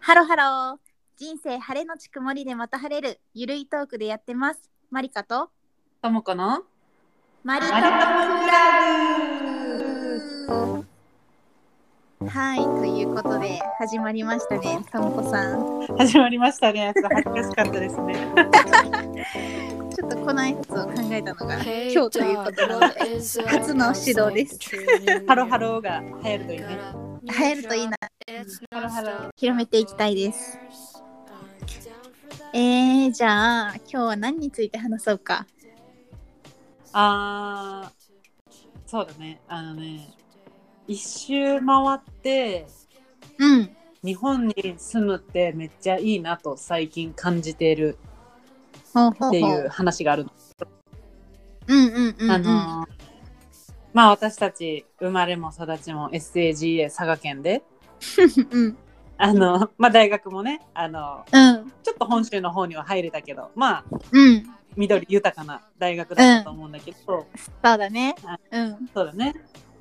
ハローハロー。人生晴れのち曇りでまた晴れるゆるいトークでやってます。マリカとともこのマリカとクラブ。はい、ということで始まりましたね。ともこさん。始まりましたね。ちょっと恥ずかしかったですね。ちょっとこの挨拶を考えたのが今今日日とといいううここととななののでで、初の初の指指導導でです す。ハロハ。ローが流行るといいね。流行るといいな。ハロハロ広めていきたいです。えー、じゃあ今日は何について話そうか。あー、そうだね。あのね、一周回ってうん。日本に住むってめっちゃいいなと最近感じているほうほうほう。っていう話があるの。うんうんうん、うん。あのーまあ私たち生まれも育ちも SAGA 佐賀県で、うんあの、まあ大学もね、あの、うんちょっと本州の方には入れたけど、まあうん。緑豊かな大学だったと思うんだけど、そうだね。うん。そうだね。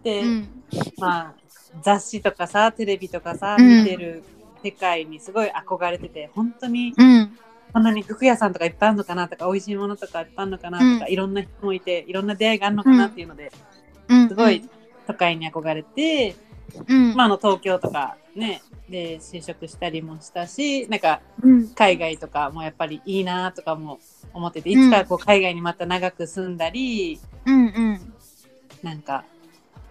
で、うん。まあ雑誌とかさテレビとかさうん見てる世界にすごい憧れてて本当にうん。こんなに服屋さんとかいっぱいあるのかなとか美味しいものとかいっぱいあるのかなとか、ういろんな人もいていろんな出会いがあるのかなっていうので、うん。すごい。都会に憧れて、うん。まあ、あの東京とかねで就職したりもしたしなんかうん。海外とかもやっぱりいいなとかも思ってていつかこう海外にまた長く住んだり、うん。うん。なんか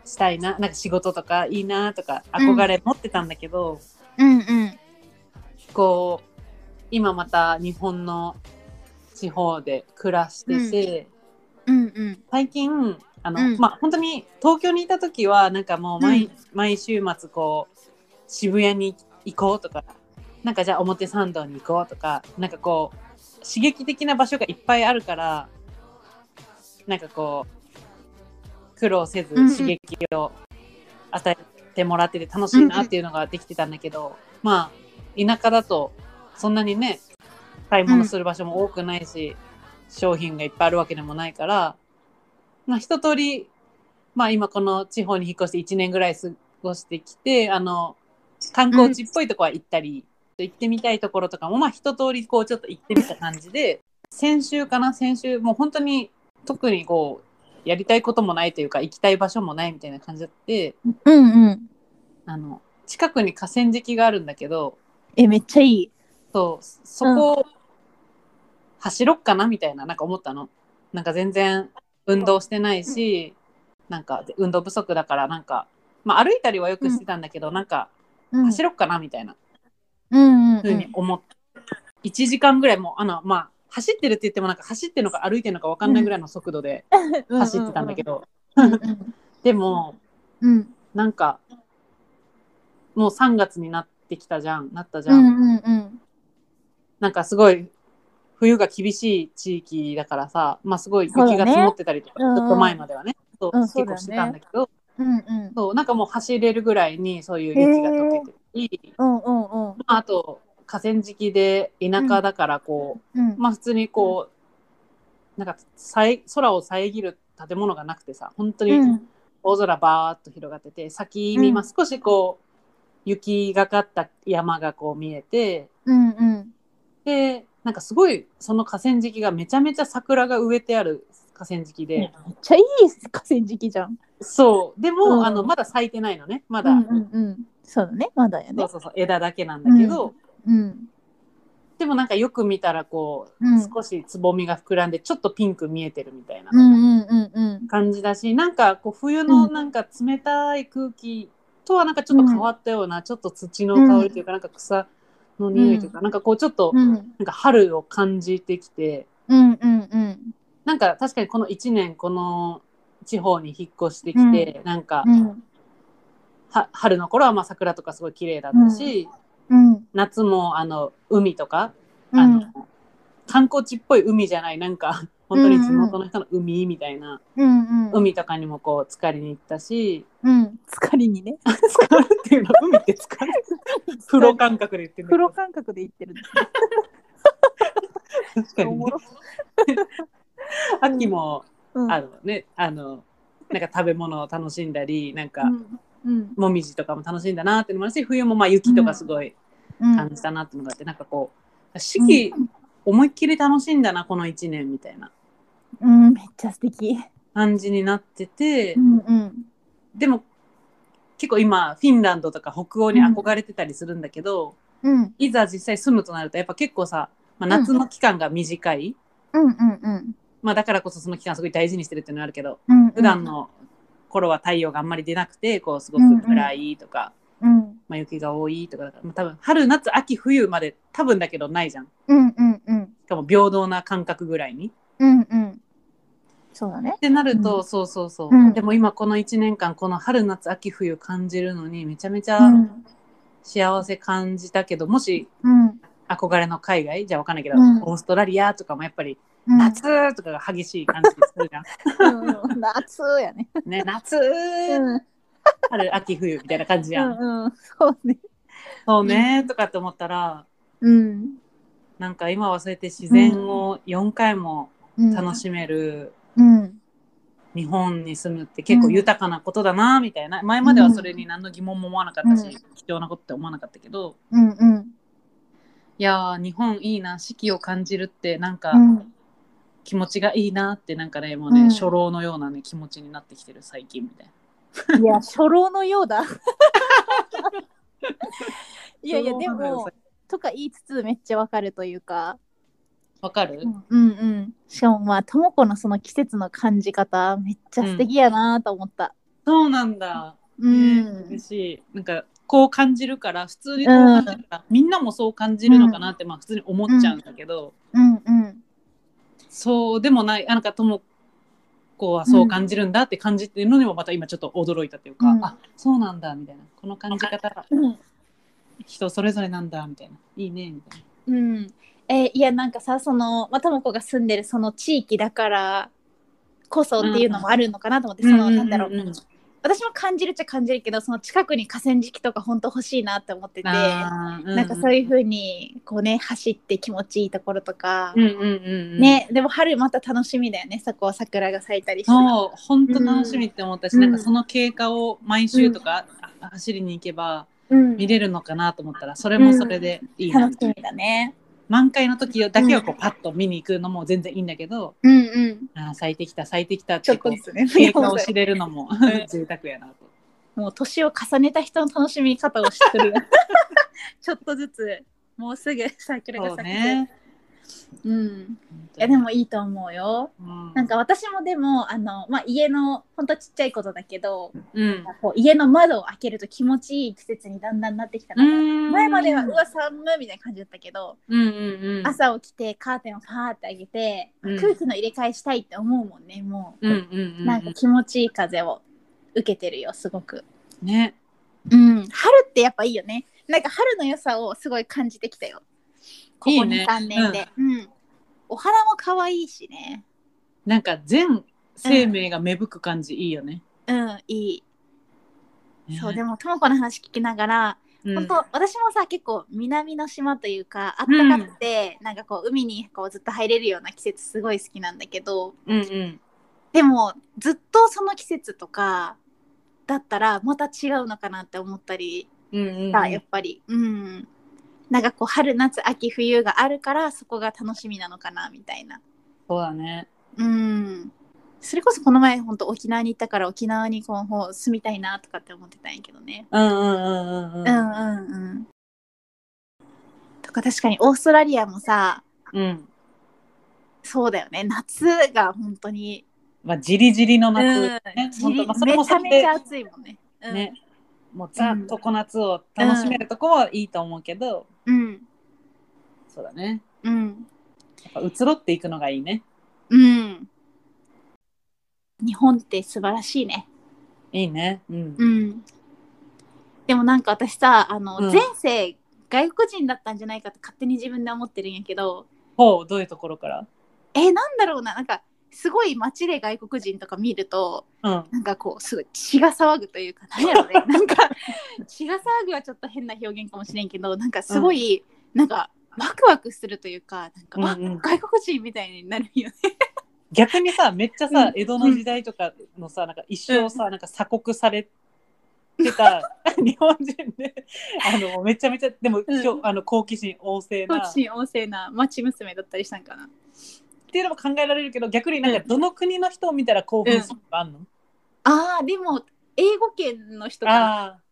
したいななんか仕事とかいいなとか憧れ持ってたんだけど、うん。うん。こう今また日本の地方で暮らしてて、うん。うん。最近あの、うんまあ本当に東京にいた時はなんかもう毎,、うん毎週末こう渋谷に行こうとかなんかじゃあ表参道に行こうとかなんかこう刺激的な場所がいっぱいあるからなんかこう苦労せずうんうん刺激を与えてもらってて楽しいなっていうのができてたんだけど、まあ田舎だとそんなにね買い物する場所も多くないし、商品がいっぱいあるわけでもないから、まあ、一通りまあ今この地方に引っ越して1年ぐらい過ごしてきてあの観光地っぽいとこは行ったり、行ってみたいところとかもまあ一通りこうちょっと行ってみた感じで先週かな先週もう本当に特にこうやりたいこともないというか行きたい場所もないみたいな感じだってうん。うん。あの近くに河川敷があるんだけどえ、めっちゃいい。そうそこを走ろっかなみたいななんか思ったのなんか全然運動してないし、なんか運動不足だからなんか、まあ、歩いたりはよくしてたんだけど、なんかうん。走ろっかなみたいなうん。うん。ふうに思って、1時間ぐらいもうあのまあ走ってるって言ってもなんか走ってるのか歩いてるのか分かんないぐらいの速度で走ってたんだけど。ど、うん。でもうん。なんかもう3月になってきたじゃんなったじうゃん、ん。うん。なんかすごい冬が厳しい地域だからさまあすごい雪が積もってたりとか、そうだねちょっと前まではね、そううん結構してたんだけど、うん。うん。そうなんかもう走れるぐらいにそういう雪が溶けてり、うん。うん。まああと河川敷で田舎だからこう、うん。まあ普通にこう、なんかさえ空を遮る建物がなくてさ本当うにん。大空バーっと広がってて、先にうんまあ少しこう雪がかった山がこう見えてうん。うん。でなんかすごいその河川敷がめちゃめちゃ桜が植えてある河川敷で、めっちゃいい河川敷じゃん。そうでも、うんあのまだ咲いてないのねまだ、うん。うん。うん。そうだね。まだやそねう。そうそう枝だけなんだけど、うん。でもなんかよく見たらこう、うん少しつぼみが膨らんでちょっとピンク見えてるみたいな。うん。うん。うん。感じだしなんかこう冬のうんなんか冷たい空気とはなんかちょっと変わったような、ちょっと土の香りというか、なんか草の匂いというか、なんかこうちょっと、うん。う。なんんか春を感じてきてうん。うん。うん。なんか確かにこの1年この地方に引っ越してきて、なんか、うん。は春の頃はまあ桜とかすごい綺麗だったし、うん。夏もあの海とか、うあのん。観光地っぽい海じゃないなんか本当に地元の人の海みたいな、うん。海とかにもこう浸かりに行ったし。うん。疲れにね。疲れっていうのは海って疲 れ風呂感覚で言ってる風呂感覚で言ってるんですね確かおに、もね、ろ秋も、うんあのねあのなんか食べ物を楽しんだりなんか、うんうんもみじとかも楽しんだなっていうのもあるし冬もまあ雪とかすごいうん感じたなっていうのがあって、なんかこう四季思いっきり楽しんだなこの1年みたいなうん、めっちゃ素敵。感じになってて、うんうん。でも結構今フィンランドとか北欧に憧れてたりするんだけど、うんいざ実際住むとなるとやっぱ結構さ、まあ、夏の期間が短い、うんうんうん。まあ、だからこそその期間すごい大事にしてるっていうのはあるけどうんうん普段。の頃は太陽があんまり出なくてこうすごく暗いとか、うんまあ、雪が多いとかだから、まあ、多分春夏秋冬まで多分だけどないじゃんしうんうんうん。かも平等な感覚ぐらいに。うんうん。そうだねっ。てなると、そうそうそうう、んでも今この1年間この春夏秋冬感じるのにめちゃめちゃうん幸せ感じたけどもしうん憧れの海外じゃあ分かんないけど、うんオーストラリアとかもやっぱりうん。夏とかが激しい感じするじゃん。うんうん夏やね。 ね夏うん春秋冬みたいな感じじゃん。うんうん。そうね。そうねとかって思ったらうん。なんか今忘れて自然を4回もうん楽しめるうん。日本に住むって結構豊かなことだなみたいな前まではそれに何の疑問も思わなかったうし、ん貴重なことって思わなかったけどうんうん。いやー日本いいな四季を感じるってなんかうん気持ちがいいなってなんかねもうね、うん初老のようなね気持ちになってきてる最近みたいな。いや、初老のよう だ。いやいや、初で老なのよも、とか言いつつ、めっちゃわかるというか。わかる、うんうん。しかも、まあ、ともこのその季節の感じ方、めっちゃ素敵やなと思った。そうなんだ。うねん嬉。しい。なんかこう感じるから普通にこう感じるから、みんなもそう感じるのかなって、まあ普通に思っちゃうんだけど、うんうん。そうでもないあなんかとも子はそう感じるんだって感じっていうのにもまた今ちょっと驚いたというか、うんあそうなんだみたいなこの感じ方うん人それぞれなんだみたいないいねみたいな。うん、えーいやなんかさそのまあともこが住んでるその地域だからこそっていうのもあるのかなと思って、そのなんだろう,、うんうんうん私も感じるっちゃ感じるけどその近くに河川敷とか本当欲しいなって思ってて、あーなんかそういうう風にこうね走って気持ちいいところとか、うんうんうんうん、ねでも春また楽しみだよねそこは桜が咲いたりして。そう本当楽しみって思ったし、うんなんかその経過を毎週とか、あ走りに行けばうん見れるのかなと思ったらそれもそれでいいな、楽しみだね。満開の時だけをこうパッと見に行くのも全然いいんだけど、うんうん。あー咲いてきた咲いてきたっちょてっとこでうすね。経過を知れるのもん 贅沢やなと。もう年を重ねた人の楽しみ方を知ってるよ ちょっとずつもうすぐ桜がそう咲くね。うん、本い当やにで、もいいと思うようん、なんか私もでもあの、まあ、家のほんとちっちゃいことだけどうん、こう家の窓を開けると気持ちいい季節にだんだんなってきたうな、ん前まではうわ寒いみたいな感じだったけど、うんうんうん、朝起きてカーテンをパーって上げて、うん空気の入れ替えしたいって思うもんねもう、うんうんうんうん、なんか気持ちいい風を受けてるよすごく。ね。うん、春ってやっぱいいよね。なんか春の良さをすごい感じてきたよ。ここいい2、ね3年で、うん。お花も可愛いしね。なんか全生命が芽吹く感じいいよね。うん、いい。そう、でも、も、ともこの話聞きながら、うん、本当私もさ、結構南の島というか、あったかくて、なんかこう、海にこうずっと入れるような季節、すごい好きなんだけど、うんうん。でも、ずっとその季節とか、だったら、また違うのかなって思ったりうんうんうん、さやっぱりうんなんかこう春夏秋冬があるからそこが楽しみなのかなみたいなそうだね。うんそれこそこの前本当沖縄に行ったから沖縄にこう住みたいなとかって思ってたんやけどねうんうんうんうんうんうんうんとか確かにオーストラリアもさうん。うん。そうだよね夏が本当にまあじりじりの夏、ねうんじ本り当まあそれめもちゃそれめでちゃ暑いもんねうんね、もうザ・常夏を楽しめるとこはいいと思うけど、うんそうだねうんやっぱ移ろっていくのがいいねうん日本って素晴らしいねいいねうん、うん、でもなんか私さあの、うん前世外国人だったんじゃないかって勝手に自分で思ってるんやけどほうどういうところからえなんだろうななんかすごい街で外国人とか見るとうんなんかこうすごい血が騒ぐというかなんや ろねなんか血が騒ぐはちょっと変な表現かもしれんけどなんかすごい、なんかワクワクするというかなんか、うんうんあ外国人みたいになる よね。逆にさめっちゃさ、うん江戸の時代とかのさなんか一生さ、なんか鎖国されて た日本人で、あの、めちゃめちゃ、でも、うん今日あの好奇心旺盛好な。っ奇心旺盛な町娘だったりしたんかなていうのも考えられるけど、逆になんか、どの国の人を見たら興奮するとかあんの、あーでも英語圏の人かなああ、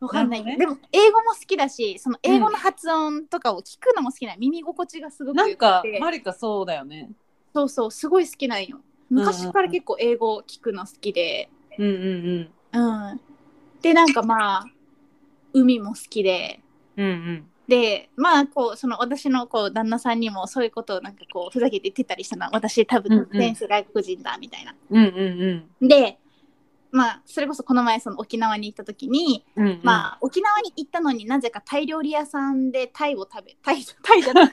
わかんない、なるほでども英語も好きだしその英語の発音とかを聞くのも好きな、耳心地がすごくなん良くかて、マリカそうだよね。そうそうすごい好きなんよ昔から結構英語を聞くの好きで、うんうんうん、でなんかまあ海も好きでうん。うんうん。でまあこうその私のこう旦那さんにもそういうことをなんかこうふざけて言ってたりしたの私多分うんうん前世外国人だみたいな。うんうんうん。でまあそれこそこの前その沖縄に行った時に、うんうん、まあ沖縄に行ったのになぜかタイ料理屋さんでタイを食べタイ タイじゃない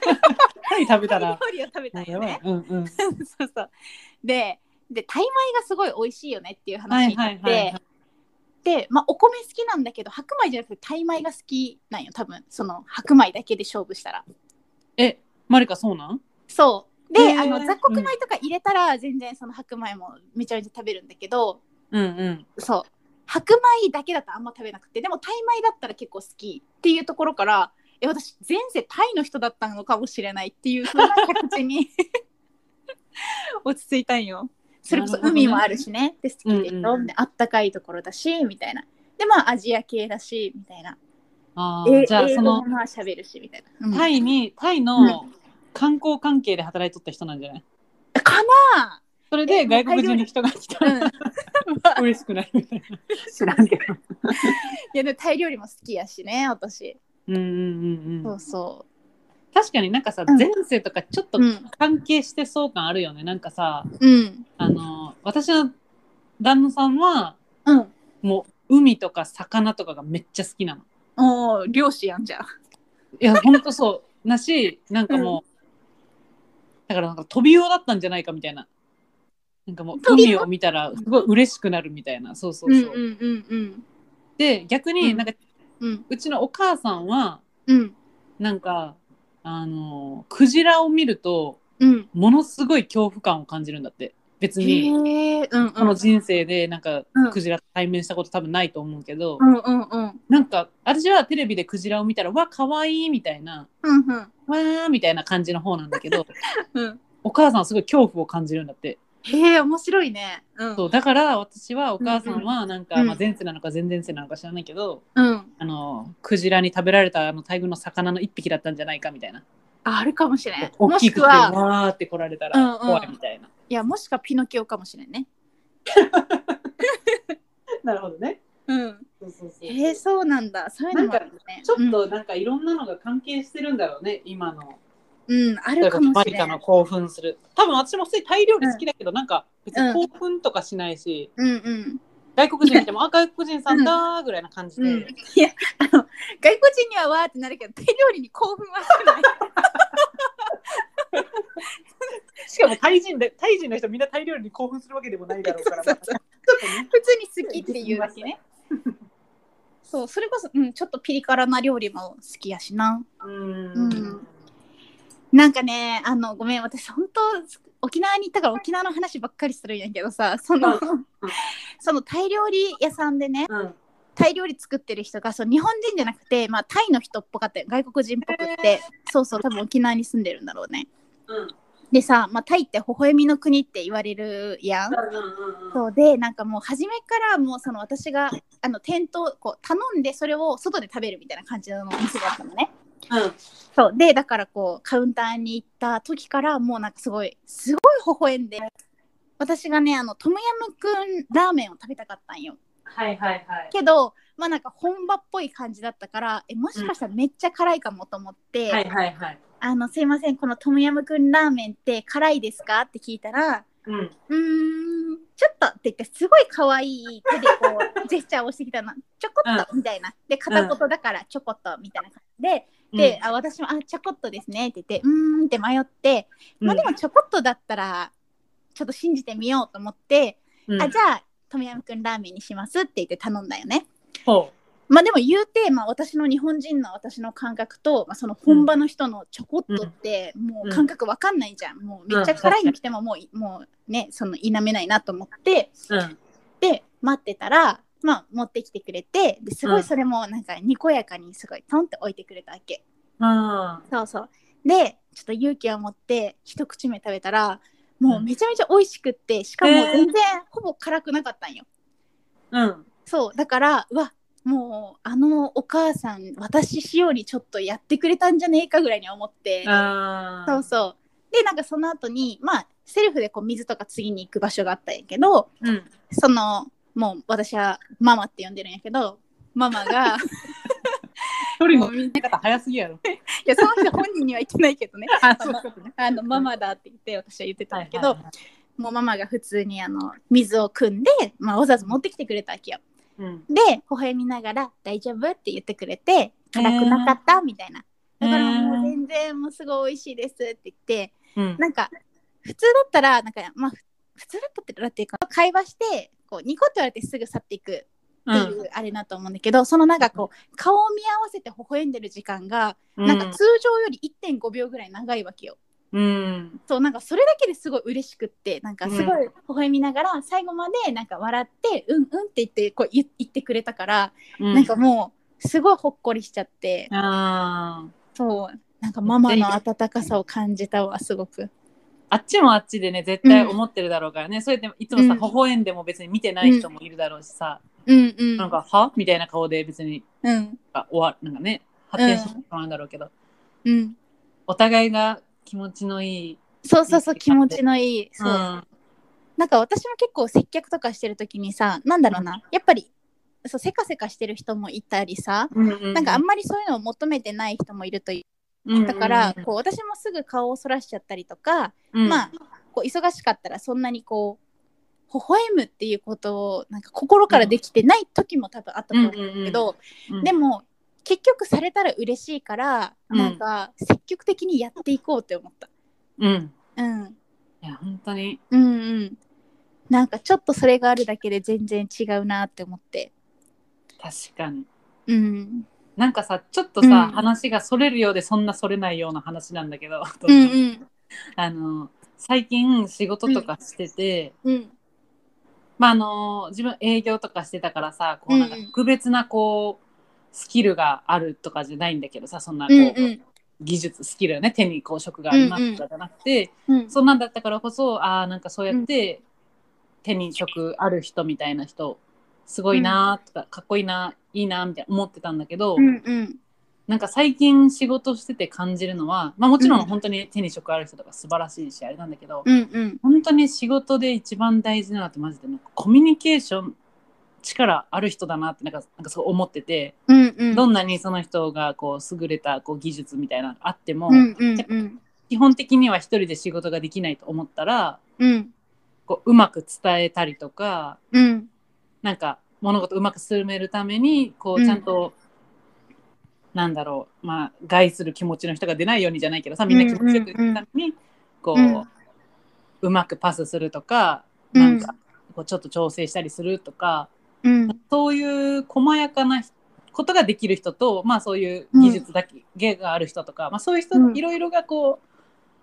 何食べタたイ料ら。理を食べたんやよばねい。。うんうん。そうそうででタイ米がすごい美味しいよねっていうは話いになはっいて、はいはい。で、まあ、お米好きなんだけど白米じゃなくてタイ米が好きなんよ多分その白米だけで勝負したらえ、マリカそうなんそうで、へーあの雑穀米とか入れたら全然その白米もめちゃめちゃ食べるんだけど、うんうん。そう白米だけだとあんま食べなくてでもタイ米だったら結構好きっていうところからえ私前世タイの人だったのかもしれないっていうふうな形に 落ち着いたんよそれこそ海もあるしねで好きでしょ、うんうんうんであったかいところだしみたいなでまあアジア系だしみたいなあえあ、じゃあ英語そものまあ喋るしみたいな、うんタイにタイの観光関係で働いとった人なんじゃない？かなそれえで外国人の人が来た うん、らい嬉しくなるみ たいな。知らんけど。やでもタイ料理も好きやしね私、うんうんうんうそんう。そ確かになんかさうん前世とかちょっとううん関係してそう感あるよね。なんかさうんあの私の旦那さんはうんもう海とか魚とかがめっちゃ好きなの。おー漁師やんじゃんいや本当そうなしなんかもう、だからなんか飛びようだったんじゃないかみたいななんかもうトビウオ海を見たらすごい嬉しくなるみたいなそうそううそんう、うんうんうんで逆にうんなんか、うんうちのお母さんはうんなんかあのークジラを見るとうんものすごい恐怖感を感じるんだって別にへえうんうんこの人生でなんかうんクジラと対面したこと多分ないと思うけど、うんうんうんなんか私はテレビでクジラを見たらわ可愛いみたいなうんうんわーみたいな感じの方なんだけどうんお母さんはすごい恐怖を感じるんだって、へえ面白いねうんそうだから私はお母さんはなんか、うんまあ、前世なのか前々世なのか知らないけど、うんあのクジラに食べられたあの大群の魚の一匹だったんじゃないかみたいな、ああるかもしれんも大きしくてくわはーって来られたうんうらん怖いみたいな、いやもしくはピノキオかもしれんねなるほどねうんそうそうそうへえそうなんだそういうのもあるのねちょっとなんかいろんなのが関係してるんだろうね今のうんうんあるかもマしリれカんの興奮する多分私も普通にタイ料理好きだけど、なんか別に興奮とかしないし、うんうん外国人見てもあ外国人さんだーぐらいな感じで、うんいやあの外国人にはわーってなるけど手料理に興奮はしてないしかもタイ人でタイ人の人みんなタイ料理に興奮するわけでもないだろうから。そうちょっとね。普通に好きっていうだけねそうそれこそうんちょっとピリ辛な料理も好きやしなうん。なんかね、あの、ごめん、私、本当、沖縄に行ったから沖縄の話ばっかりするんやけどさ、その、そのタイ料理屋さんでね、うん。タイ料理作ってる人が、そう日本人じゃなくて、まあ、タイの人っぽかったよ外国人っぽくって、そうそう、多分沖縄に住んでるんだろうね。うん。でさ、まあ、タイって微笑みの国って言われるやん。う。そうで、なんかもう、初めから、もう、その、私が、あの、店頭、こう、頼んで、それを外で食べるみたいな感じのお店だったのね。うん。そうでだからこうカウンターに行った時からもうなんかすごいすごい微笑んで私がねあのトムヤムクンラーメンを食べたかったんよはいはいはい。けどまあなんか本場っぽい感じだったからえもしかしたらめっちゃ辛いかもと思って「はいはいはい。あのすいませんこのトムヤムクンラーメンって辛いですか?」って聞いたら「うん。うーんちょっと」って言ってすごい可愛い手でこうジェスチャーをしてきたの「ちょこっと」みたいなで片言だから「ちょこっと」みたいな感じで。で、あ私も「あちょこっとですね」って言って「うーん」って迷って、うん、まあでもちょこっとだったらちょっと信じてみようと思って「うん、あじゃあトムヤムクンラーメンにします」って言って頼んだよね。ほまあでも言うて、まあ、私の日本人の私の感覚と、まあ、その本場の人のちょこっとってもう感覚わかんないじゃん、もうめっちゃ辛いの来てももう,、もうねその否めないなと思ってう。うん。で待ってたらまあ、持ってきてくれてですごういんそれもなんかにこやかにすごいトンって置いてくれたわけ。うん。そうそうでちょっと勇気を持って一口目食べたらもううんめちゃめちゃ美味しくってしかもへー全然ほぼ辛くなかったんよ。うん。そうだからうわもうあのお母さん私しおりちょっとやってくれたんじゃねえかぐらいに思ってあそうそうでなんかその後にまあセルフでこう水とか次に行く場所があったんやけどう。うん。そのもう私はママって呼んでるんやけどママ が一人もうのみんない見方早すぎやろ。やその人本人には言ってないけどねあそうそうね。あのママだって言って私は言ってたんはだいけど、もうママが普通にあの水を汲んで、まあ、わざわざ持ってきてくれたわけよ。うん。で微笑みながら「大丈夫?」って言ってくれて「辛くなかった?」みたいな。だからもう全然もうすごい美味しいですって言ってうん。なんか普通だったらなんかまあふ普通だったらっていうか会話してこうニコって言われてすぐ去っていくっていうあれだと思うんだけど、そのなんかこう顔を見合わせて微笑んでる時間がうんなんか通常より1.5秒ぐらい長いわけよ。うん。そうなんかそれだけですごい嬉しくってなんかすごうい微笑みながら、最後までなんか笑ってうんうんって言ってこう言言ってくれたから、ななんか、もうすごいほっこりしちゃってあーそうなんかママの温かさを感じたわすごく。あっちもあっちでね、絶対思ってるだろうからね。それでいつもさ、うん微笑んでも別に見てない人もいるだろうしさ、うんうん、なんか、はみたいな顔で別に、うんあ終わなんかね、発展してしまうんだろうけど、うん、お互いが気持ちのいい。そうそうそう気持ちのいいそう、んなんか私も結構接客とかしてる時にさなんだろうなやっぱりそうせかせかしてる人もいたりさ、ななんかあんまりそういうのを求めてない人もいるというだから、こう私もすぐ顔をそらしちゃったりとか、うんまあこう忙しかったらそんなにこう微笑むっていうことをなんか心からできてない時も多分あったと思うんだけど、、うんうんうんで、も結局されたら嬉しいから、うんなんか積極的にやっていこうって思った。うん。うん、いや、本当に、うん、うんなんかちょっとそれがあるだけで全然違うなって思って。確かに。うん、なんかさ、ちょっとさ、うん話がそれるようで、そんなそれないような話なんだけど、うん、うん、あの、最近仕事とかしてて、うん、まああの自分営業とかしてたからさこうなんかうんうん特別なこう、スキルがあるとかじゃないんだけどさそんなこうう、ん、うん、技術スキルよね手にこう職がありますとかじゃなくて、うん、そんなんだったからこそああなんかそうやって手に職ある人みたいな人すごいなーとか、かっこいいないいなーみたいな思ってたんだけど、うん、うん、なんか最近仕事してて感じるのは、まあ、もちろうんん本当に手に職ある人とか素晴らしいしあれなんだけど、うん、うん、本当に仕事で一番大事なのってマジでなんかコミュニケーション力ある人だなってなんかなんかそう思ってて、うん、うん、どんなにその人がこう優れたこう技術みたいなのがあっても、うん、うん、うん、基本的には一人で仕事ができないと思ったらうん。こううまく伝えたりとかうんなんか物事をうまく進めるためにこううんちゃんと、なんだろうまあ害する気持ちの人が出ないようにじゃないけどさみんな気持ちよくいくために、こう、ううんまくパスするとかうんなんかこうちょっと調整したりするとか、うんそういう細やかなことができる人と、まあ、そういう技術だけ、芸がある人とか、まあ、そういう人、うんいろいろがこう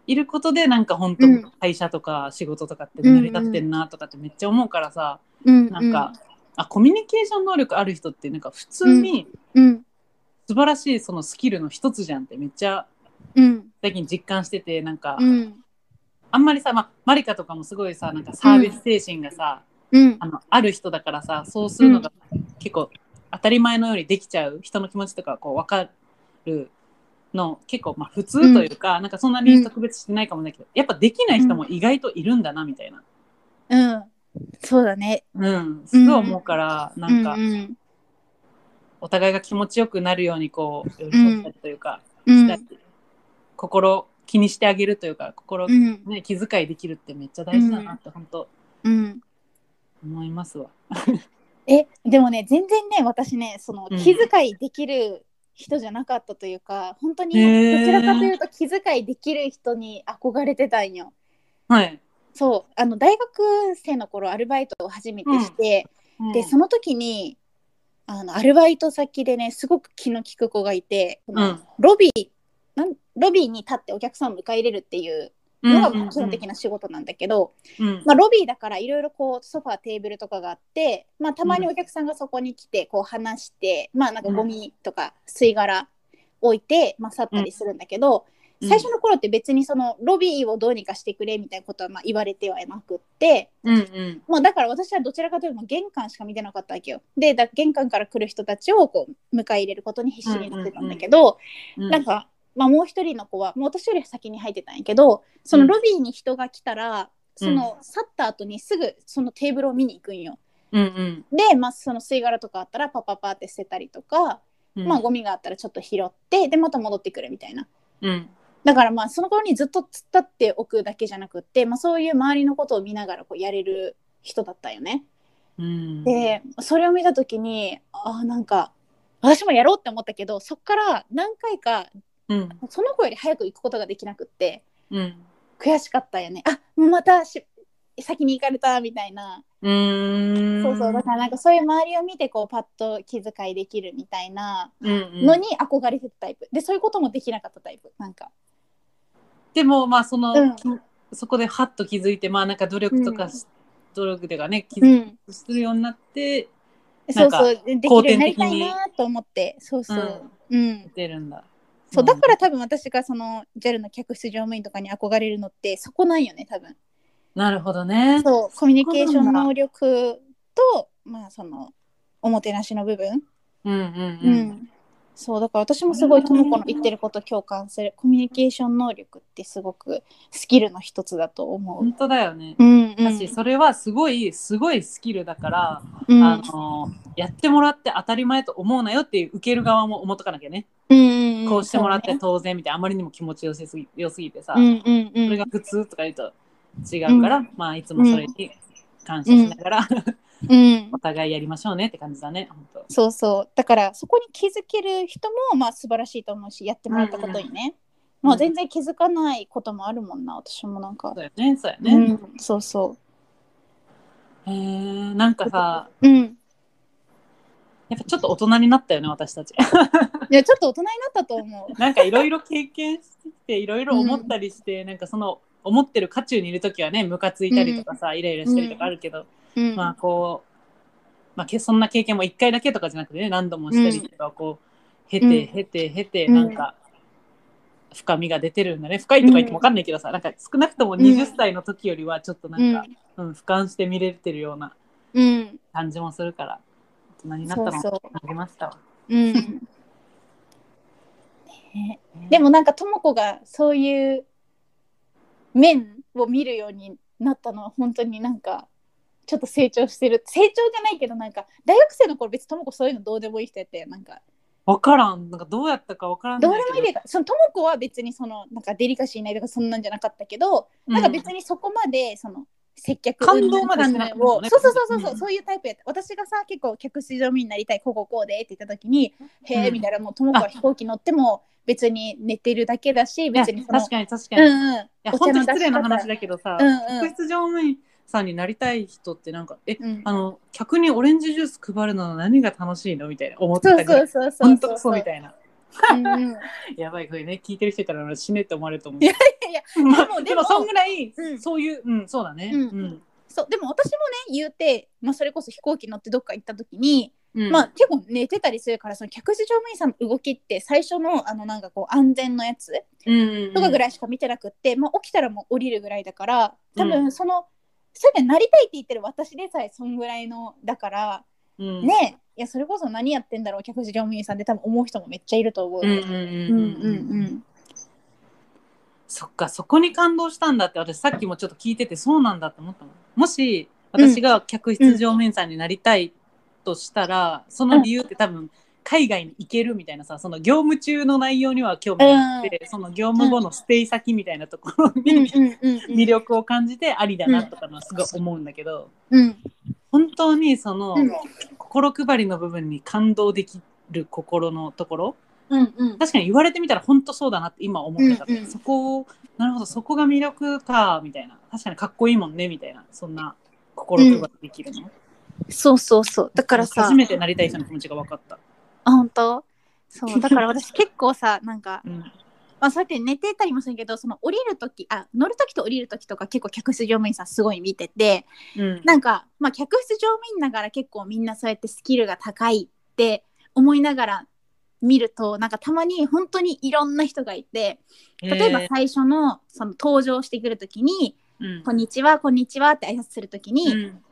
いることでなんか本当うん会社とか仕事とかって成り立ってんなとかってめっちゃ思うからさ、うんなんか、あコミュニケーション能力ある人ってなんか普通にうん素晴らしいそのスキルの一つじゃんってめっちゃうん最近実感しててなんか、うんあんまりさ、まあ、マリカとかもすごいさなんかサービス精神がさ、うんあのある人だからさそうするのが結構当たり前のようにできちゃう人の気持ちとかこう分かるの結構まあ普通というか、なんかそんなに特別してないかもだけどやっぱできない人も意外といるんだなみたいな、うんそうだねうん、すごい思うから、なんか。うんお互いが気持ちよくなるようにこう寄り添ったりというか、うんしたり心気にしてあげるというか心、うねん気遣いできるってめっちゃ大事だなって本当うん思いますわ。えでもね全然ね私ねそのうん気遣いできる人じゃなかったというか本当にへーどちらかというと気遣いできる人に憧れてたんよ。はい、そうあの大学生の頃アルバイトを初めてして、でその時にあのアルバイト先でねすごく気の利く子がいて、うんロビーなんロビーに立ってお客さんを迎え入れるっていうのが基本的な仕事なんだけど、うんまあ、ロビーだからいろいろこうソファーテーブルとかがあって、まあ、たまにお客さんがそこに来てこう話して、まあなんかゴミとか吸い殻置いて、まあ、去ったりするんだけど、うん最初の頃って別にそのロビーをどうにかしてくれみたいなことはまあ言われてはいなくって、うんうんまあ、だから私はどちらかというと玄関しか見てなかったわけよ。でだ玄関から来る人たちをこう迎え入れることに必死になってたんだけど、うんなんか、まあ、もう一人の子はもう私より先に入ってたんやけどそのうんロビーに人が来たら、その去った後にすぐそのテーブルを見に行くんよ。うんで、まあ、その吸い殻とかあったらパパパって捨てたりとか、うんまあ、ゴミがあったらちょっと拾ってでまた戻ってくるみたいな。うんだからまあその頃にずっと突っ立っておくだけじゃなくって、まあ、そういう周りのことを見ながらこうやれる人だったよね。うんでそれを見た時にああんか私もやろうって思ったけどそっから何回かうんその子より早く行くことができなくって。うん悔しかったよねあまたし先に行かれたみたいな、うーんそうそうだからなんかそういう周りを見てこうパッと気遣いできるみたいなうんうんのに憧れてたタイプでそういうこともできなかったタイプなんかでもまあその、うんきそこでハッと気づいてまあなんか努力とかし、努力というかね気づんするようになってそなうんかそうでできるようになりたいなと思ってそうそううん、出るんだ。そうだから多分私がその JAL の客室乗務員とかに憧れるのってそこなんよね多分なるほどね。そうコミュニケーションそうなんだ能力とまあそのおもてなしの部分うんううんうん。ん、そうだから私もすごいともこの言ってること共感するコミュニケーション能力ってすごくスキルの一つだと思う本。当だよね。うんうんだし、それはすごいすごいスキルだから、うんあのやってもらって当たり前と思うなよっていう受ける側も思っとかなきゃね、うんこうしてもらってそ当然みたいなあまりにも気持ちよせすぎ良すぎてさ、うねうんうんそれうがん普通とか言うと違うから、まあいつもそれに感謝しながら、うん お互いやりましょうねって感じだね本当そうそうだからそこに気づける人もまあ素晴らしいと思うしやってもらったことにね、うんもう全然気づかないこともあるもんな私もなんかそうよねそうようね、ん、そうそへーなんかさううんやっぱちょっと大人になったよね私たちい やちょっと大人になったと思うなんかいろいろ経験してきていろいろ思ったりして、なんかその思ってる渦中にいる時はねムカついたりとかさ、イライラしたりとかあるけど、うん、まあこう、まあ、けそんな経験も1回だけとかじゃなくてね何度もしたりとか、こう経てうん経て経てうんなんか深みが出てるんだね深いとか言っても分かんないけどさ、なんか少なくとも20歳の時よりはちょっとなんか、うん俯瞰して見れてるようなうん、うん感じもするから大人になったのそうそうもありましたわ。うんねでもなんかとも子がそういう面を見るようになったのは本当になんかちょっと成長してる成長じゃないけどなんか大学生の頃別にとも子そういうのどうでもいい人やってなんか分からんなんかどうやったか分からんどないうけでもいいというかそのとも子は別にそのなんかデリカシーないとかそんなんじゃなかったけど、なんか別にそこまでその接客感動までしなかったもんねそうそうそうそうそう、うんそういうタイプやった私がさ結構客室乗務員になりたいこうこうこうでって言った時に、へえうんみたいなもうとも子は飛行機乗っても別に寝てるだけだし別にいやその確かに確かうに、いんうんやお茶本当の失出し礼な方話だけどさ、うんう客ん室乗務員さんになりたい人ってなんかえうんあの客にオレンジジュース配るの何が楽しいのみたいな思ってそたけうどそうそうそう本そ当うクソみたいなうんうんやばいこれね聞いてる人いたら俺死ねって思われると思ういやいやでもでもでもそんぐらい、うんそういううんそうだねううんん、そうでも私もね言うて、まあ、それこそ飛行機乗ってどっか行った時に、うんまあ結構寝てたりするからその客室乗務員さんの動きって最初のあのなんかこう安全のやつうんとかぐいらいしか見てなくって、まあ、起きたらもう降りるぐらいだから多う分その、それでなりたいって言ってる私でさえそんぐらいのだから、うんねいやそれこそ何やってんだろう客室乗務員さんで多分思う人もめっちゃいると思う。うんうんうんううんうんうんんそっかそこに感動したんだって私さっきもちょっと聞いててそうなんだって思ったのもし私が客室乗務員さんになりたいとしたら、その理由って多分海外に行けるみたいなさその業務中の内容には興味があって、その業務後のステイ先みたいなところうんうんに、うんうん魅力を感じてありだなとかのはすごい思うんだけど、うん本当にその、うん心配りの部分に感動できる心のところ、うんうん確かに言われてみたら本当そうだなって今思ってた、うんうんそこをなるほどそこが魅力かみたいな確かにかっこいいもんねみたいなそんな心配りできるの、そうそうそうだからさ初めてなりたい人の気持ちが分かった、 あ本当そうだから私結構さなんかうん、まあ、そうやって寝てたりもするけどその降りる時あ乗る時と降りる時とか結構客室乗務員さんすごい見ててうんなんか、まあ、客室乗務員ながら結構みんなそうやってスキルが高いって思いながら見るとなんかたまに本当にいろんな人がいて例えばへー最初のその登場してくる時にう「んこんにちはこんにちは」って挨拶する時に、うん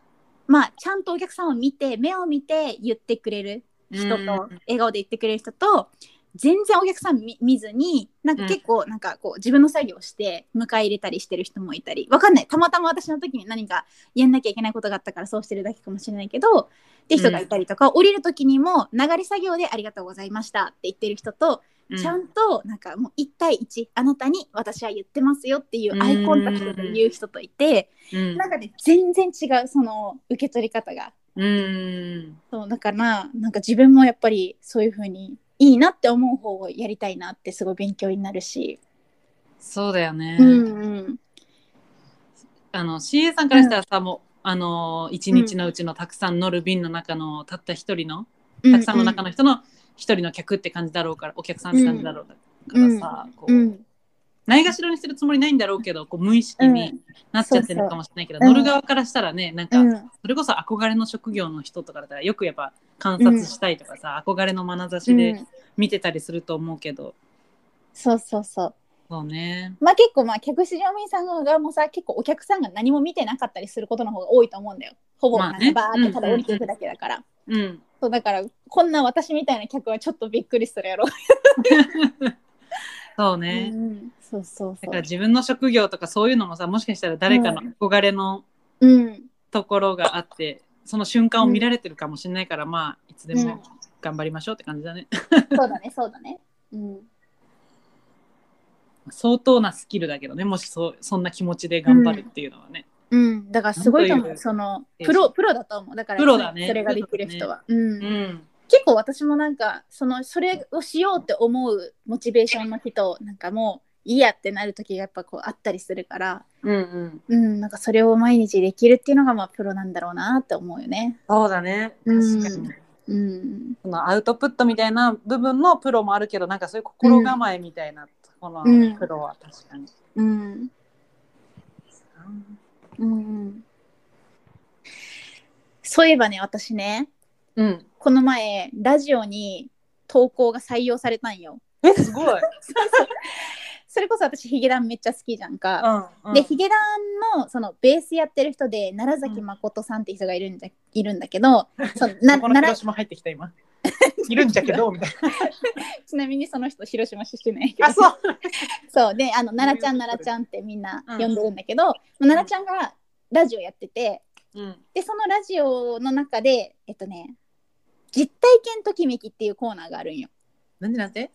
まあ、ちゃんとお客さんを見て目を見て言ってくれる人と、うん笑顔で言ってくれる人と全然お客さん見見ずになんか結構なんかこう自分の作業をして迎え入れたりしてる人もいたりわかんないたまたま私の時に何かやんなきゃいけないことがあったからそうしてるだけかもしれないけどって人がいたりとか、降りる時にも流れ作業で「ありがとうございました」って言ってる人と、うんちゃんとなんかもう1対1あなたに私は言ってますよっていうアイコンタクトで言う人といて、うんなんかね全然違うその受け取り方が。うんそうだからなんか自分もやっぱりそういう風にいいなって思う方をやりたいなってすごい勉強になるし、そうだよね、うんあの CA さんからしたらさ、もうあの1日のうちのたくさん乗る便の中のたった一人の、うたくさんの中の人の一人の客って感じだろうからお客さんって感じだろうからさ、こううんないがしろにしてるつもりないんだろうけどこう無意識になっちゃってるのかもしれないけど、乗る側からしたらねなんか、うんそれこそ憧れの職業の人とかだったらよくやっぱ観察したいとかさ、憧れの眼差しうでん見てたりすると思うけど、そうそうそうそうねまあ結構まあ客室乗務員さん側もさ結構お客さんが何も見てなかったりすることの方が多いと思うんだよほぼまあなんねかバーってただ降りていくだけだから、うんそうだからこんな私みたいな客はちょっとびっくりするやろ、そううね、ん、そうそうだそからう自分の職業とかそういうのもさもしかしたら誰かの憧れのうんところがあって、その瞬間を見られてるかもしれないから、まあいつでうんも頑張りましょうって感じだね、 そうだねそうだねうん相当なスキルだけどねもしそうそんな気持ちで頑張るっていうのはね、うん、だからすごいと思なんといううそのえープロプロだと思うだからプロだねそれができる人は、うんうん結構私もなんかそのそれをしようって思うモチベーションの人なんかもういいやってなる時がやっぱこうあったりするから、うんうんうん、なんかそれを毎日できるっていうのがまあプロなんだろうなって思うよね。そうだねうん確かに、うん、そのアウトプットみたいな部分のプロもあるけどなんかそういう心構えみたいなところうんのプロは確かに、うん、うん、そういえばね私ねうんこの前ラジオに投稿が採用されたんよ。えすごい、それこそ私ヒゲダンめっちゃ好きじゃんか。うんでヒゲダンのそのベースやってる人で奈良崎誠さんって人がいるんだ,、いるんだけ どそのなそこ奈の広良島入ってきた今いるんじゃけどみたいちなみにその人広島出身ないけどなあそうそうであの奈良ちゃん奈良ちゃんってみんなうん呼んでるんだけど、まあ奈良ちゃんがラジオやっててうんでそのラジオの中でえっとね実体験ときめきっていうコーナーがあるんよなんでなんで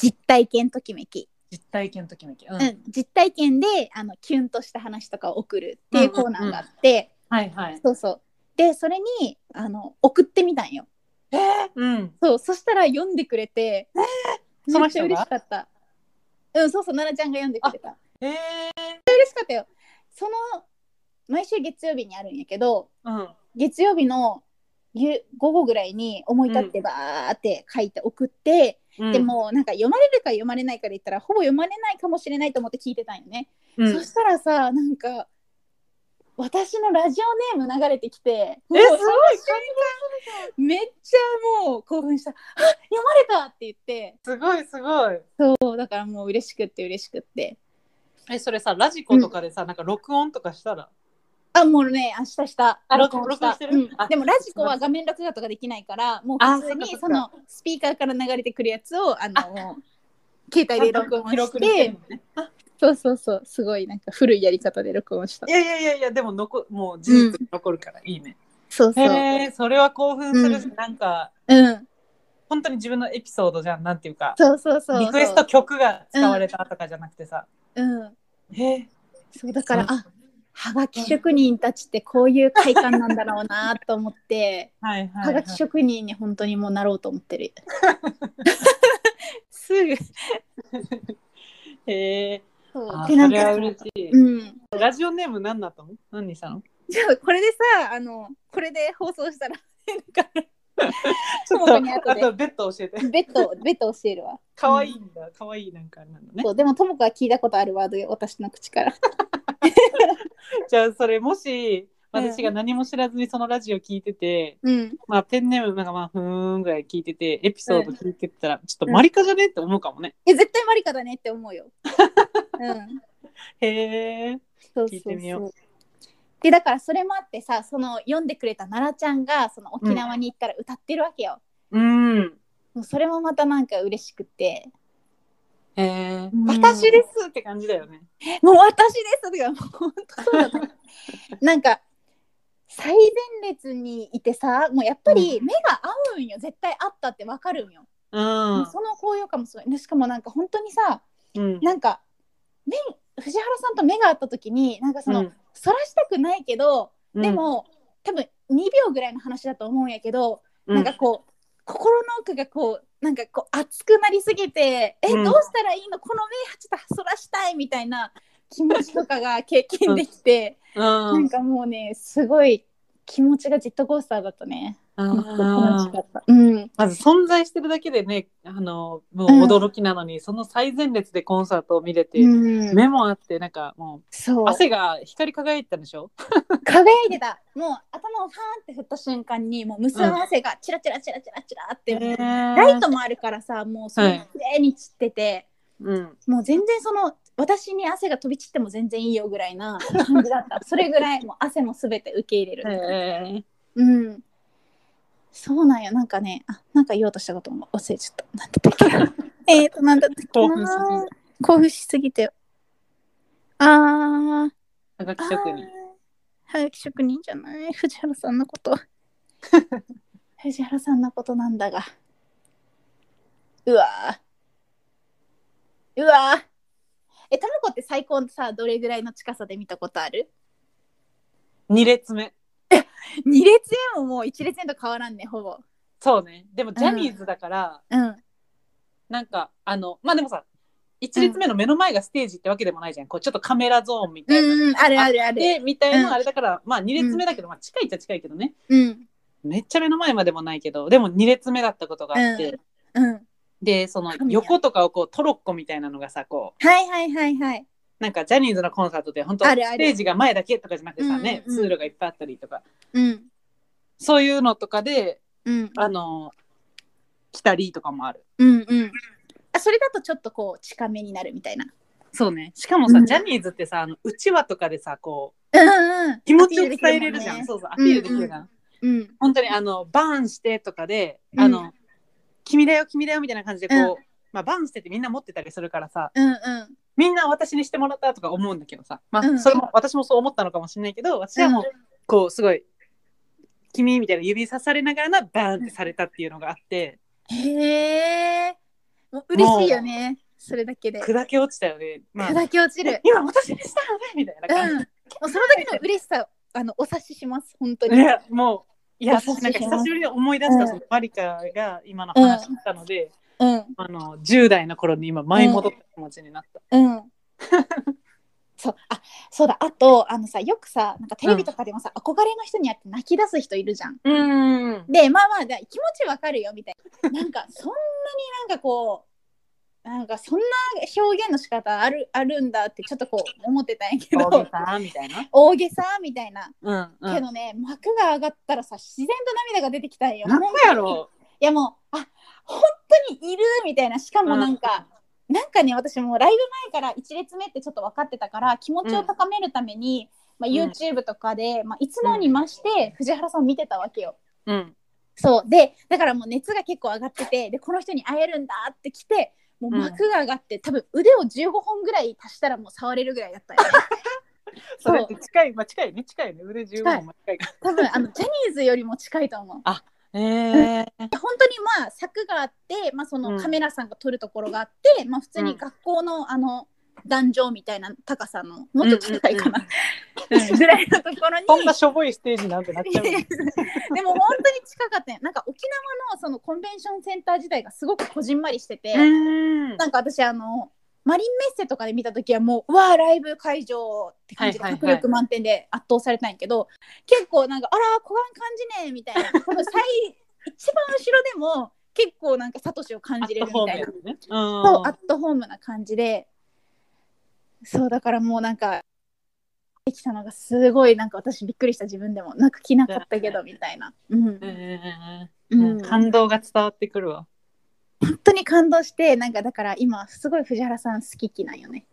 実体験ときめき、実体験ときめき、うんうん実体験であのキュンとした話とかを送るっていうコーナーがあって、はいはいそうそうでそれにあの送ってみたんようんそうそしたら読んでくれて、そめのっちゃ人が嬉しかったうんそうそう奈々ちゃんが読んでくれたえー、嬉しかったよその毎週月曜日にあるんやけどうん月曜日の夕午後ぐらいに思い立ってバーって書いて送って、うんで、もなんか読まれるか読まれないかで言ったらほぼ読まれないかもしれないと思って聞いてたんよね、うん、そしたらさなんか私のラジオネーム流れてきてえすごいめっちゃもう興奮した「あ読まれた!」って言ってすごいすごいそうだからもう嬉しくって嬉しくってえそれさラジコとかでさ、なんか録音とかしたらあもうね明日したあ録音した録音してるうんあでもラジコは画面録画とかできないからもうあ普通そにっそかそっのスピーカーから流れてくるやつをあのあ携帯で録音記し録にしててるのねそうそうそうすごいなんか古いやり方で録音したいやいやいやいやでも残もう事実に残るからいいね、そうそう、へえそれは興奮するし、うんなんかうん本当に自分のエピソードじゃんなんていうかそうそうそうそうリクエスト曲が使われたとかじゃなくてさ、うんへえそうだからあはがき職人たちってこういう快感なんだろうなと思ってはいはい、は、はいがき職人に本当にもうなろうと思って る すぐへえそうあでそなんれはか嬉しい、うん ラジオネーム何だったの何にしたのじゃあこれでさあのこれで放送したらなんかちょっ本当に後と、であとベッド教えて。ベッドベッド教えるわ可愛いんだ、可愛いなんかなんだね。そうでもともかは聞いたことあるワードよ私の口からじゃあ、それもし、うん私が何も知らずにそのラジオ聞いてて、うんまあ、ペンネームなんかまあ、ふーんぐらい聞いてて、エピソード聞いてたら、ちょっとうんマリカじゃねって思うかもね。え絶対マリカだねって思うよ うんへえ。そう聞いそてうみよそうでだからそれもあってさその読んでくれた奈良ちゃんがその沖縄に行ったら歌ってるわけよ、うん。もうそれもまたなんか嬉しくてへえうん。私ですって感じだよね。もう私ですとかもう本当そうだったなんか最前列にいてさもうやっぱり目が合うんよ絶対合ったってわかるんよ、うん。その高揚感もすごいでしかもなんか本当にさうん。なんか目藤原さんと目が合った時になんかその、うんそらしたくないけどうんで、も、多分2秒ぐらいの話だと思うんやけど、うなんかこう心の奥がこうなんかこう熱くなりすぎて、うんえどうしたらいいのこの目ちょっとそらしたいみたいな気持ちとかが経験できて、うんなんかもうねすごい気持ちがジェットコースターだったね。あ楽しーかったうん、まず存在してるだけでねあのうもうん驚きなのに、その最前列でコンサートを見れて、うん、目もあってなんかもそうう汗が光り輝いてたんでしょ輝いてたもう頭をファーンって振った瞬間にもう無数の汗がチラチラチラチラチラって、ライトもあるからさもうそはのい綺麗に散ってて、うん、もう全然その私に汗が飛び散っても全然いいよぐらいな感じだった それぐらいもう汗も全て受け入れる、えうんそうなんよなんかねあなんか言おうとしたことも忘れちゃったなんだったっけ えーとなんだったっけな興奮しすぎ興奮しすぎるてよあーー、はがあき職人はがき職人じゃない藤原さんのこと 藤原さんのことなんだがうわーうわーえタマコって最高のさどれぐらいの近さで見たことある二列目 ?2 列目ももう1列目と変わらんねほぼそうねでもジャニーズだから、うんなんかあのまあでもさ一列目の目の前がステージってわけでもないじゃん、こうちょっとカメラゾーンみたいな、うんあるあるあるでみたいうんなあれだから、まあ二列目だけど、まあ近いっちゃ近いけどねうんめっちゃ目の前までもないけどでも二列目だったことがあって、うんうんでその神や横とかをこうトロッコみたいなのがさこはいはいはいはいうなんかジャニーズのコンサートって本当あスるあるテージが前だけとかじゃなくてさね、うんうんうん通路がいっぱいあったりとかうんそういうのとかでうんあの来たりとかもあるうんうんあそれだとちょっとこう近めになるみたいなそうねしかもさ、うんジャニーズってさあのうちわとかでさこううんうん気持ちを伝えれるじゃん、アピールできもねそうそうアピールできるじゃん、うん本当にあのバーンしてとかでうんあの、君だよ君だよみたいな感じでこう、うんまあ、バーンしてってみんな持ってたりするからさうんうんみんな私にしてもらったとか思うんだけどさ、まあうんそれも私もそう思ったのかもしれないけど私はもうこうすごい「君」みたいな指さされながらなバーンってされたっていうのがあってへえ。もう嬉しいよね。それだけで。砕け落ちたよね。まあ、砕け落ちるえ。今私にしたのねみたいなうん。感もじ、うその時の嬉しさをあのお察しします。本当いに。やもういやそうそう私なんか久しぶりに思い出した、うんそのマリカが今の話だったので、うんあの10代の頃に今舞い戻った気持ちになった。うん。 そうあそうだあとあのさよくさなんかテレビとかでもさ、憧れの人にやって泣き出す人いるじゃん。うん、でまあまあじゃあ気持ちわかるよみたいな。 なんかそんなになんかこうなんかそんな表現の仕方あるあるんだってちょっとこう思ってたんやけ大どげさみたいな。大げさみたいな。うんうけん。どね、幕が上がったらさ自然と涙が出てきたんよ。なんほんかやろいやもうあ本当にいるみたいなしかもなんか、なんかね私もうライブ前から1列目ってちょっと分かってたから気持ちを高めるために、んまあ、YouTube とかで、まあ、いつもに増して藤原さんを見てたわけよ。う。うん。そうでだからもう熱が結構上がっててでこの人に会えるんだって来てもう幕が上がって、多分腕を15本ぐらい足したらもう触れるぐらいだったよね。それそっうて近い、まあ近いね、近いね、腕十分も近いから。多分あのジャニーズよりも近いと思う。ええ。本当にまあ柵があって、まあ、そうのんカメラさんが撮るところがあって、まあ、普通に学校のあの壇上みたいな高さのもうちょっと高いかな、うんぐらいのところに。そんなしょぼいステージなんてなっちゃうの。でも本当に近かったよなんか沖縄のそのコンベンションセンター自体がすごくこじんまりしてて、うんなんか私あのマリンメッセとかで見た時はもううわあライブ会場って感じではいはい迫はい力満点で圧倒されたんやけど、結構なんかあらこがん感じねみたいなこの最一番後ろでも結構なんかサトシを感じれるみたいなね。そうアあットホームな感じでそうだからもうなんかできたのがすごいなんか私びっくりした自分でも泣く気なかったけどみたいな、うんう、うんん。感動が伝わってくるわ。本当に感動してなんかだから今すごい藤原さん好き気なんよね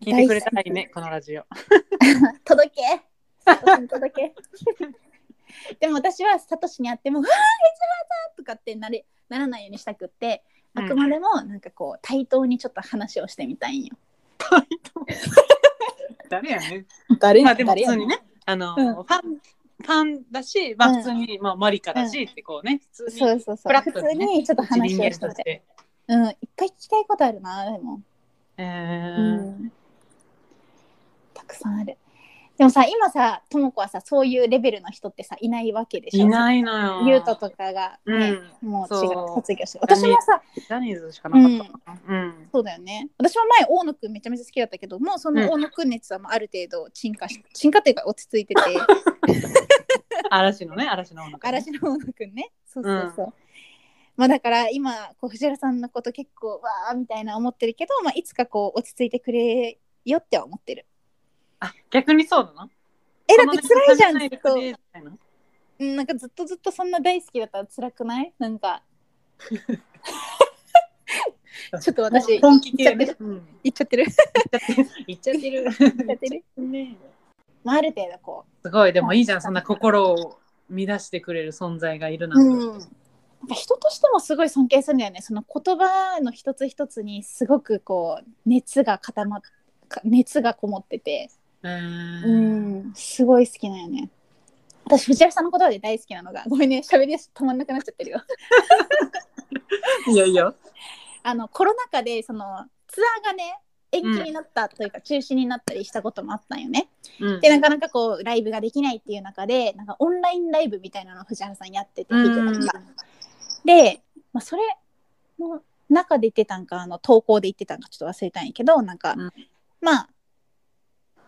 聞いてくれたらいいね、このラジオ。届けサトシに届け でも私はサトシに会っても「うわー藤原さん!」とかってなれならないようにしたくってあくまでもなんかこう対等にちょっと話をしてみたいんよ。誰やね。誰まあでも普通にね、あの、うんファン、ファンだし、まあうん普通に、まあマリカだし、ってこうね、普通にそうそうそう。フラ普ット通にねにちょっと一話人を間してとみしたい。て。うん、いっぱい聞きたいことあるな、でも。えうーん。たくさんある。でもさ、今さ、ともこはさ、そういうレベルの人ってさ、いないわけでしょ。いい。ないのよ。ゆうととかが、ねもう違うそう卒業して。私もさ、ジャニーズしかなかったな。 うん。そうだよね。私も前、大野くんめちゃめちゃ好きだったけど、もうその大野くん熱はもうある程度、沈下し、沈下っていうか落ち着 いてて、嵐のね、嵐の音楽ね。嵐の大野くんね。そうそうそう。まあだから今こう藤原さんのこと結構わーみたいな思ってるけど、まあ、いつかこう落ち着いてくれよっては思ってる。あ、逆にそうだな。えだって辛いじゃんずずっっとと。うんなんかずっとずっとそんな大好きだったら辛くないなん かちょっと私本気系ね言っちゃってる。う言っんちゃってる言っちゃってる。言っちゃってるねまあある程度こすごい、でもいいじゃん、そんな心を乱してくれる存在がいるなう、んうん、て。なんか人としてもすごい尊敬するんだよねその言葉の一つ一つにすごくこう熱が固まっか熱がこもってて、う。うんん、すごい好きなんよね。私藤原さんのことで大好きなのがごめんね喋りやす止まんなくなっちゃってるよ。いやいや。あのコロナ禍でそのツアーがね延期になったというか中止になったりしたこともあったんよね。うんでなかなかこうライブができないっていう中でなんかオンラインライブみたいなのを藤原さんやっててうん弾いてたのがで、まあ、それの中で言ってたんかあの投稿で言ってたんかちょっと忘れたんやけどなんか、うんまあ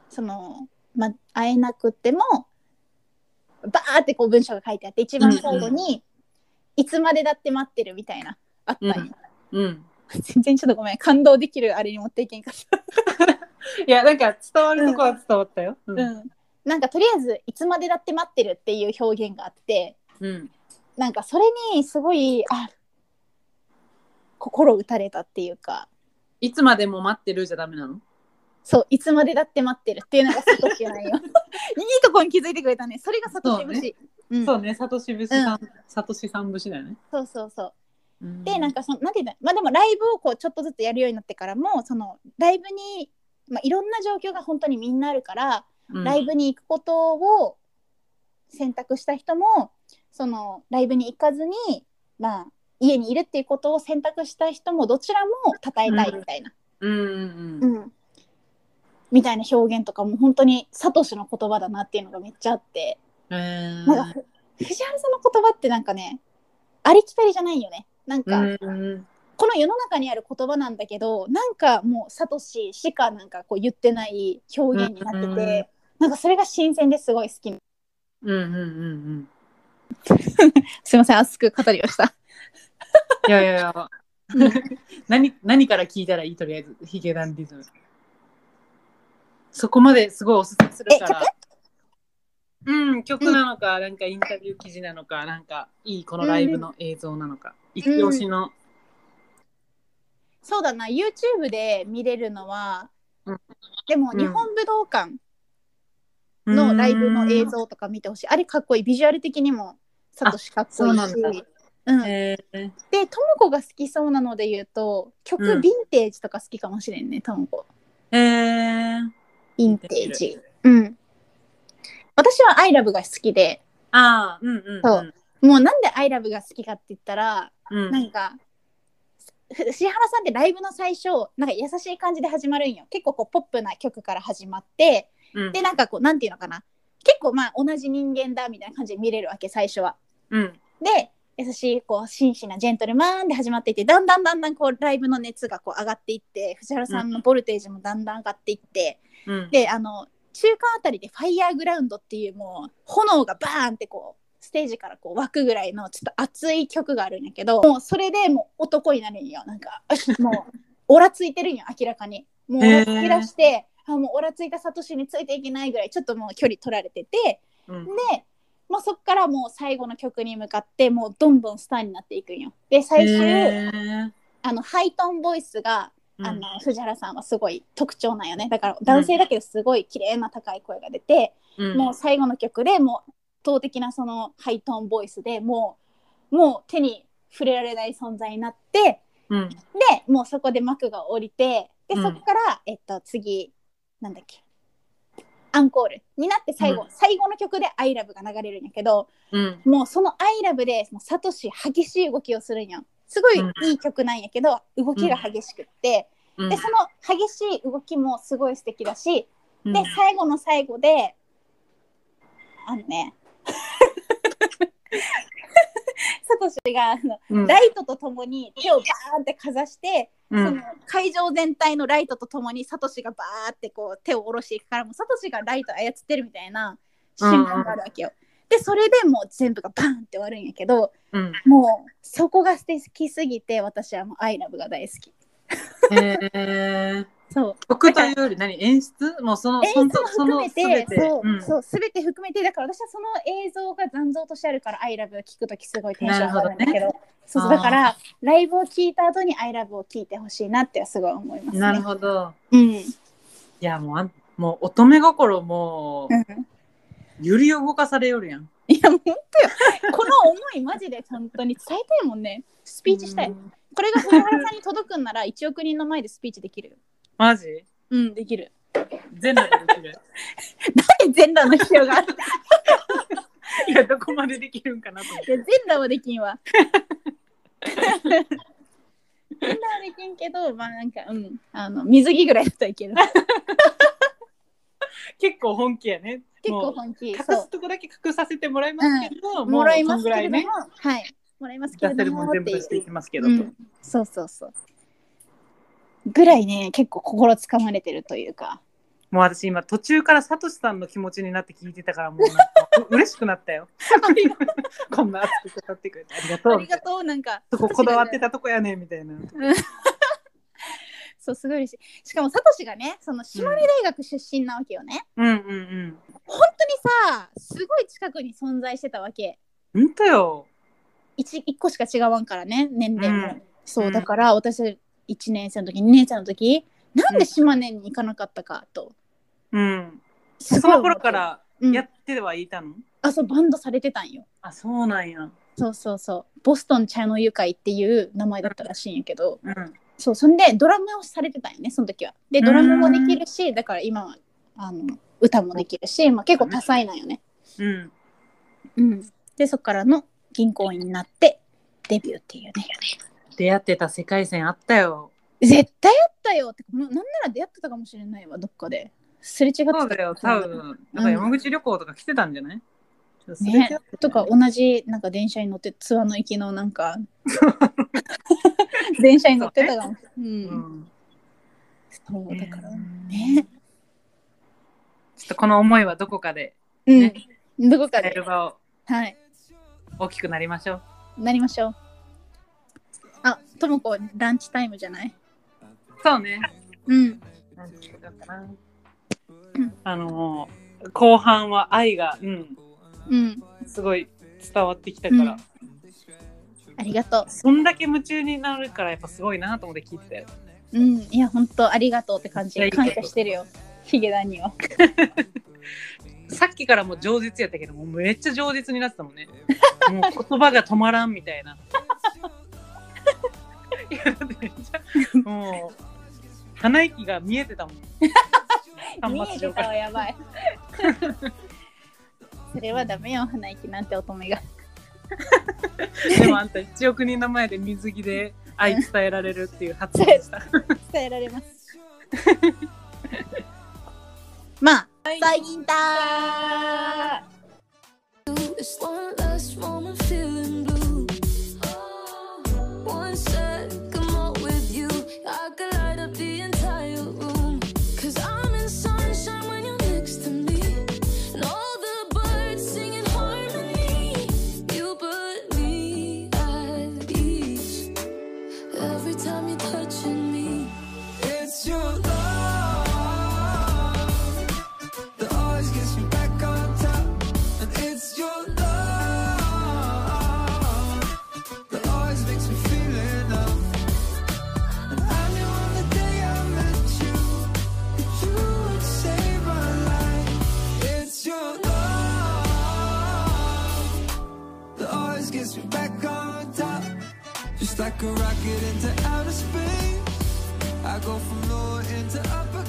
その、まあ、会えなくてもバーってこう文章が書いてあって一番最後に、いつまでだって待ってるみたいなあったんよ、うん。 全然ちょっとごめん感動できるあれに持っていけんかったいや、なんか伝わるとこは伝わったよ。うう。ん、なんかとりあえずいつまでだって待ってるっていう表現があってうん。なんかそれにすごいあ心打たれたっていうかいつまでも待ってるじゃダメなのそういつまでだって待ってるっていうのがサトシなんよ いいとこに気づいてくれたねそれがサトシ節そううん、そうね、サトシ節さん、サトシさん節だよね。そうそうそううんでなんかそのなんていうんだまあでもライブをこうちょっとずつやるようになってからもそのライブに、まあ、いろんな状況が本当にみんなあるから、うんライブに行くことを選択した人もそのライブに行かずに、まあ、家にいるっていうことを選択した人もどちらも称えたいみたいな、うんうんうんみたいな表現とかも本当にサトシの言葉だなっていうのがめっちゃあって、うん。えなんかふ藤原さんの言葉ってなんかねありきたりじゃないよねなんか、ーうんこの世の中にある言葉なんだけどなんかもうサトシしかなんかこう言ってない表現になってて、うんうんなんかそれが新鮮ですごい好きなうんうんうんうん。すいません、熱く語りま した。いやいやいや。何何から聞いたらいいとりあえずヒゲダンディズム。そこまですごいおすすめするから。うん、曲なのか、なんかインタビュー記事なのか、なんかいいこのライブの映像なのか、一押しの。そうだな、YouTube で見れるのは、うんでもうん日本武道館のライブの映像とか見てほしい。あれかっこいい、ビジュアル的にもサトシかっこいいあしそうなんだ。うん、で、えーともこが好きそうなので言うと、曲うヴィんンテージとか好きかもしれんね、ともこ。えーヴィンテージ。うん。私はアイラブが好きで、ああ、うんうん、うん。そうもうなんでアイラブが好きかって言ったら、うん。なんかふ石原さんってライブの最初なんか優しい感じで始まるんよ結構こうポップな曲から始まってうんでなんかこうなんていうのかな結構まあ同じ人間だみたいな感じで見れるわけ最初は。うん。で優しいこう紳士なジェントルマンで始まっていってだんだんだんだんこうライブの熱がこう上がっていって藤原さんのボルテージもだんだん上がっていって、うん、であの中間あたりでファイヤーグラウンドっていうもう炎がバーンってこうステージからこう湧くぐらいのちょっと熱い曲があるんやけどもうそれでもう男になるんよなんか もうオラついてるんよ明らかにもうオラへーつき出して、あもうオラついたサトシについていけないぐらいちょっともう距離取られててうんでもうそっからもう最後の曲に向かってもうどんどんスターになっていくんよで最終、へーあのハイトーンボイスがうんあの藤原さんはすごい特徴なんよねだから男性だけどすごい綺麗な高い声が出て、うんもう最後の曲でもう圧倒的なそのハイトーンボイスでもうもう手に触れられない存在になってうんでもうそこで幕が降りてでうんそこから、えっと、次なんだっけアンコールになって最後、うん最後の曲で「アイラブが流れるんやけどうんもうその「アイラブでもうサトシ激しい動きをするんやんすごいうんいい曲なんやけど、動きが激しくって、うんでその激しい動きもすごい素敵だし、うんで最後の最後であのね サトシがあのうんライトとともに手をバーンってかざして、うんその会場全体のライトとともにサトシがバーってこう手を下ろしていくからもうサトシがライト操ってるみたいな瞬間があるわけよ。でそれでもう全部がバーンって終わるんやけどうんもうそこが素敵すぎて私はもう「アイラブが大好き。へーそう曲というより何演出もうその映像そもの含めそての全そう、うんそう全て含めてだから私はその映像が残像としてあるから「アイラブを聞くときすごいテンション上がるんだけどなるそうそうあーだからライブを聞いた後に「アイラブを聞いてほしいなってすごい思いますね。なるほどうんいやもうあんもう乙女心もうん、う揺り動かされよるやんいや本当よ この思いマジで本当に伝えたいもんねスピーチしたい、うんこれが藤原さんに届くんなら1億人の前でスピーチできるよマジうんできる全裸でできる なんで全裸の必要があるんだいやどこまでできるんかなと思っていや全裸はできんわ全裸はできんけどまあなんかうんあの水着ぐらいだったらいけ る結構本気やね結構もう本気隠そすとこだけ隠させてもらいますけど、うもらいますぐけられいども、ねはいもらいますけ出れせどるももん全って部いしていうきますけど、うんそうそうそうぐらいね結構心つかまれてるというかもう私今途中からサトシさんの気持ちになって聞いてたからもうなんかう嬉しくなったよ こんな熱く語ってくれてありがと あうりがとうなんかそここだわってたとこやねみたいなそうすごい嬉しいしかもサトシがねその島根大学出身なわけよね、うんうん本当にさすごい近くに存在してたわけうんほんとよ 1, 一個しか違わんからね年齢も、うんそううんだから私1年生の時2年生の時なんで島根に行かなかったかと、うんすそごいの思って頃からうんやってはいたの、あそうバンドされてたんよあそうなんやそうそうそうボストン茶の湯会っていう名前だったらしいんやけどうんそうそんでドラムをされてたんよねその時はでドラムもできるしだから今はあの歌もできるし、まあ、結構多彩なんよね、うんうん、でそこからの銀行員になってデビューっていうね出会ってた世界線あったよ絶対あったよってもうなんなら出会ってたかもしれないわどっかですれ違ってたそうだよ多分なんか山口旅行とか来てたんじゃない、ちょっとそれねとか同じなんか電車に乗ってツアーの行きのなん か電車に乗ってたかもしれない、ううん、んそうだからねね、ちょっとこの思いはどこかでうんねどこか伝えでる、場をはい、大きくなりましょうなりましょうあともこランチタイムじゃないそ うねうんなんていうのかなうんあの後半は愛が、うん、うんすごい伝わってきたから、うんありがとうそんだけ夢中になるからやっぱすごいなと思って聞いてたようんいや本当ありがとうって感いやいじいこと感謝してるよヒゲダンにはさっきからもう饒舌やったけどもうめっちゃ饒舌になってた もんねもう言葉が止まらんみたいないやだってめっちゃもう鼻息が見えてた もん見えてたからわやばい それはダメよ鼻息なんて乙女がでもあんた1億人の前で水着で愛伝えられるっていう発言でした。伝えられますまあ最近だー It's one last moment feeling blue. Oh, One sec, I'm all with you. I could light up the entire room. Cause I'm in sunshine when you're next to me. And all the birds singing harmony. that you love that always gets you back on top, and it's your love that always makes me feel enough. And I knew on the day I met you that you would save my life. It's your love that always gets me back on top. Just like a rocket into outer space, I go from lower into upper